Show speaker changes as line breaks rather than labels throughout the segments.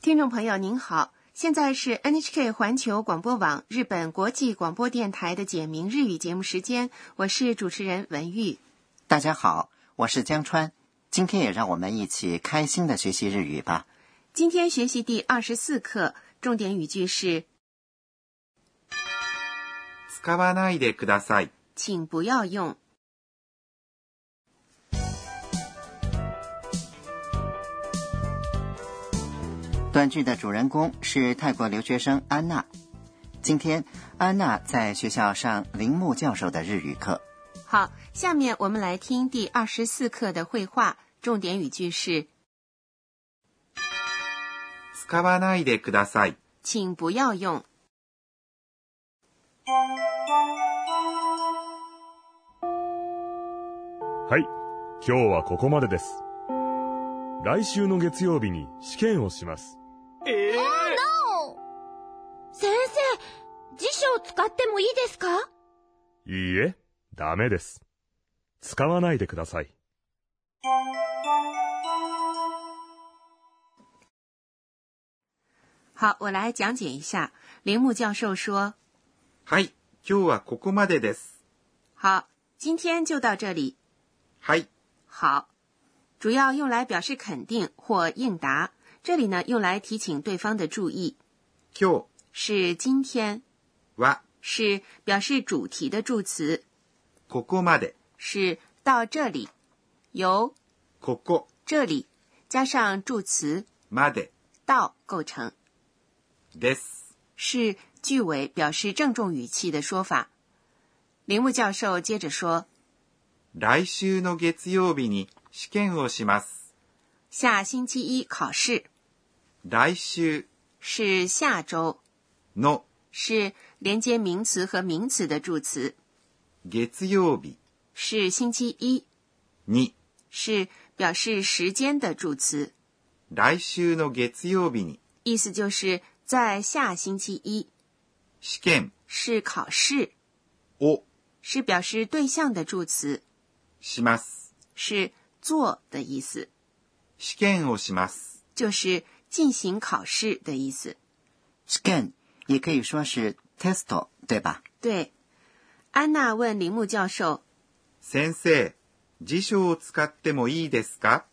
听众朋友您好，现在是 NHK 环球广播网日本国际广播电台的简明日语节目时间，我是主持人文玉。
大家好，我是江川，今天也让我们一起开心的学习日语吧。
今天学习第二十四课，重点语句是
使わないでください。
“请不要用
短剧的主人公是泰国留学生安娜。今天，安娜在学校上铃木教授的日语课。”。
好，下面我们来听第二十四课的绘画，重点语句是
使わないでください。
“请不要用”。
はい、今日はここまでです。来週の月曜日に試験をします。
先生、辞書を使ってもいいですか
いいえ、ダメです。使わないでください。
好，我来讲解一下。铃木教授说
はい、今日はここまでです。：“
好，今天就到这里。”
はい、
好，主要用来表示肯定或应答。这里呢，用来提醒对方的注意，
今
是今天，
日は
是表示主题的助词，
ここまで、
是到这里，由
ここ
这里加上助词
まで
到构成，
です。
是句尾表示郑重语气的说法。铃木教授接着说
来週の月曜日に試験をします。：“
下星期一考试
来週
是下周，
の
是连接名词和名词的助词，
月曜日
是星期一。”
に
是表示时间的助词，
来週の月曜日に
意思就是在下星期一
試験
是考试，
を
是表示对象的助词，
します。
是做的意思，
試験をします。
就是进行考试的意思。
scan 也可以说是 test，对吧？
对，安娜问铃木教授
先生、辞書を使ってもいいですか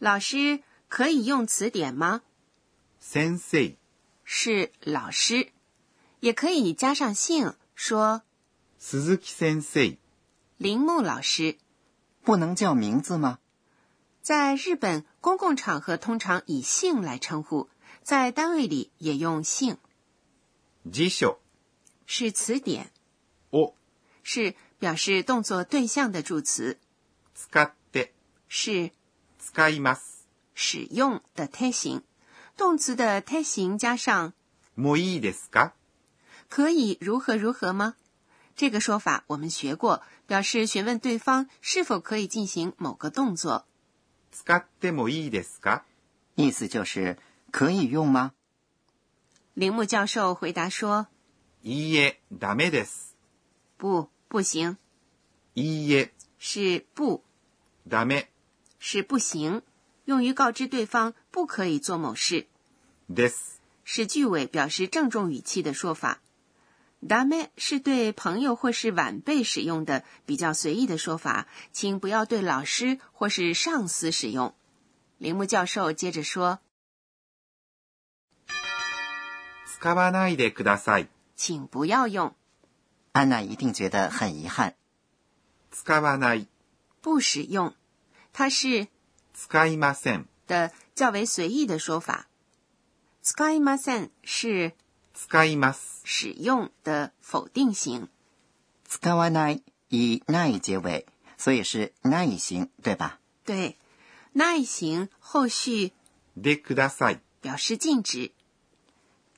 老师可以用词典吗？
先生、
是老师，也可以加上姓，说
鈴木先生、
铃木老师。
不能叫名字吗？
在日本公共场合通常以姓来称呼，在单位里也用姓。
辞書
是词典，
を
是表示动作对象的助词，
使って
是
使います。
使用的推形。动词的推形加上
もういいですか
可以如何如何吗？这个说法我们学过，表示询问对方是否可以进行某个动作。
使ってもいいですか
意思就是可以用吗？
铃木教授回答说
いいえ、ダメです。：“
不，不行，
いいえ、
是不，
ダメ
是不行。”用于告知对方不可以做某事。
です。
是句尾表示郑重语气的说法。ダメ是对朋友或是晚辈使用的比较随意的说法，请不要对老师或是上司使用。铃木教授接着说
使わないでください。：“
请不要用，
安娜一定觉得很遗憾。
使わない、
不使用。”它是
使いません。
的较为随意的说法。使いません是
使います。
使用的否定型。
使わない以ない结尾，所以是ない型，对吧？
对，耐型后续
でください。
表示禁止。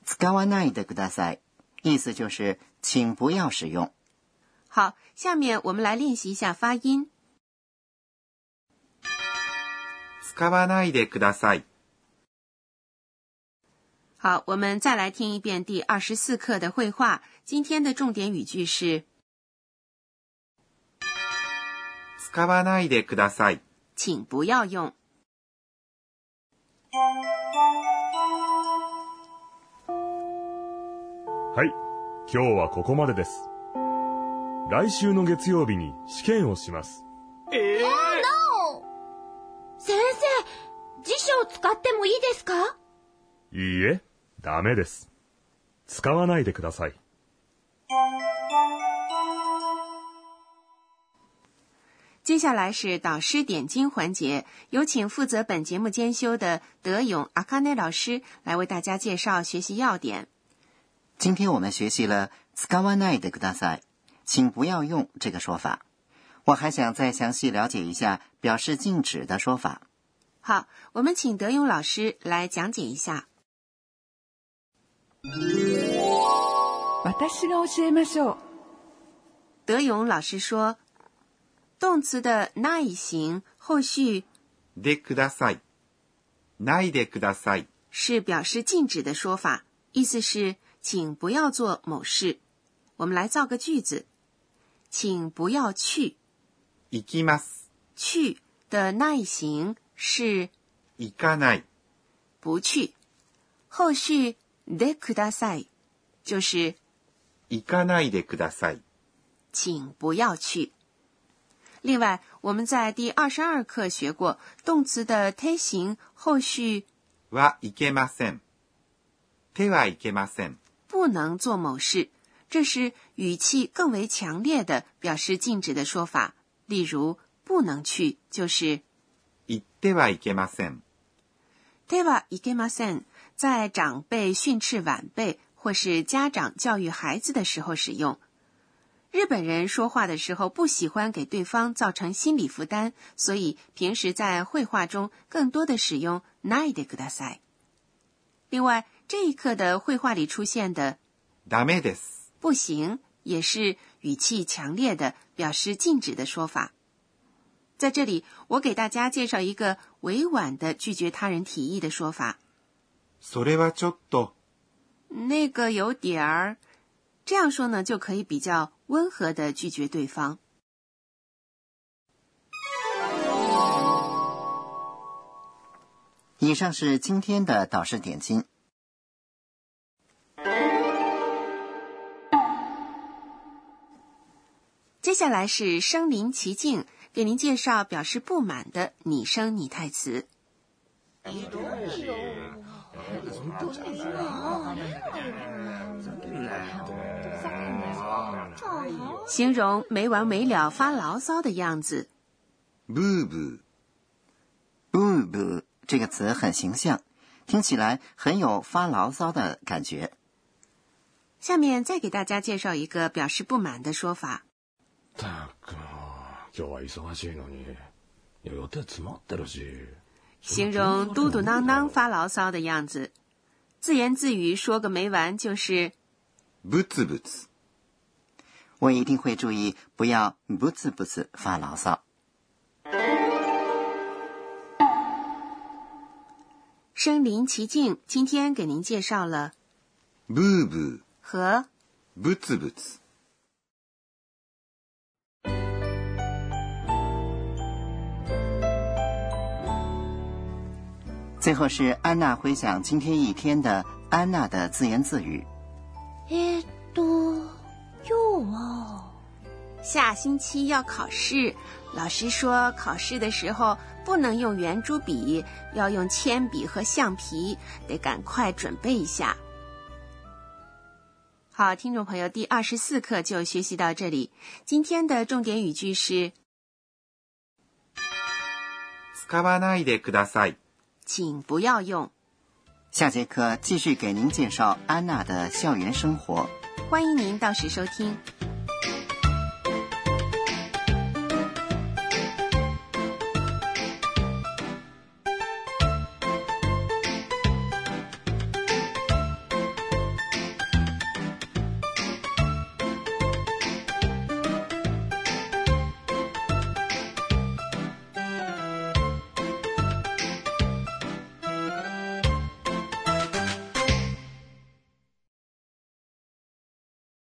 使わないでください，意思就是请不要使用。
好，下面我们来练习一下发音。
使わないでください。
好，我们再来听一遍第二十四课的绘画。今天的重点语句是
使わないでください。
“请不要用”。
はい、今日はここまでです。来週の月曜日に試験をします。
先生、辞書を使ってもいいですか
いいえ、ダメです。使わないでください。
接下来是导师点睛环节，有请负责本节目监修的德勇阿卡内老师来为大家介绍学习要点。
今天我们学习了“使わないでください”，请不要用这个说法。我还想再详细了解一下表示禁止的说法。
好，我们请德勇老师来讲解一下。
私が教えましょう。
德勇老师说，动词的耐形后续
でください。ないでください。
是表示禁止的说法，意思是请不要做某事。我们来造个句子，请不要去。
行きます。
去的耐形是
行かない。
不去，后续でください就是
行かないでください。
请不要去。另外，我们在第二十二课学过动词的推形后续
はいけません。手はいけません。
不能做某事，这是语气更为强烈的表示禁止的说法。例如，不能去就是
行ってはいけません。
ではいけません，在长辈训斥晚辈或是家长教育孩子的时候使用。日本人说话的时候不喜欢给对方造成心理负担，所以平时在绘画中更多的使用ないでください。另外，这一课的绘画里出现的
ダメです。
“不行”也是语气强烈的表示禁止的说法。在这里，我给大家介绍一个委婉的拒绝他人提议的说法。
それはちょっと。
那个有点儿，这样说呢，就可以比较温和的拒绝对方。
以上是今天的导师点睛。
接下来是身临其境，给您介绍表示不满的拟声拟态词。形容没完没了发牢骚的样子。
ブーブー。
boo boo 这个词很形象，听起来很有发牢骚的感觉。
下面再给大家介绍一个表示不满的说法。
たくも今日は忙しいのにいや予定詰まってるし
形容嘟嘟囔囔发牢骚的样子，自言自语说个没完，就是
ブツブツ。
我一定会注意，不要不次不次发牢骚。
身临其境。今天给您介绍了
ブーブー。
和
ブツブツ。
最后是安娜回想今天一天的安娜的自言自语。
えーっと、今日は、
下星期要考试，老师说考试的时候不能用圆珠笔，要用铅笔和橡皮，得赶快准备一下。好，听众朋友，第二十四课就学习到这里。今天的重点语句是
使わないでください。
“请不要用”。
下节课继续给您介绍安娜的校园生活。
欢迎您到时收听。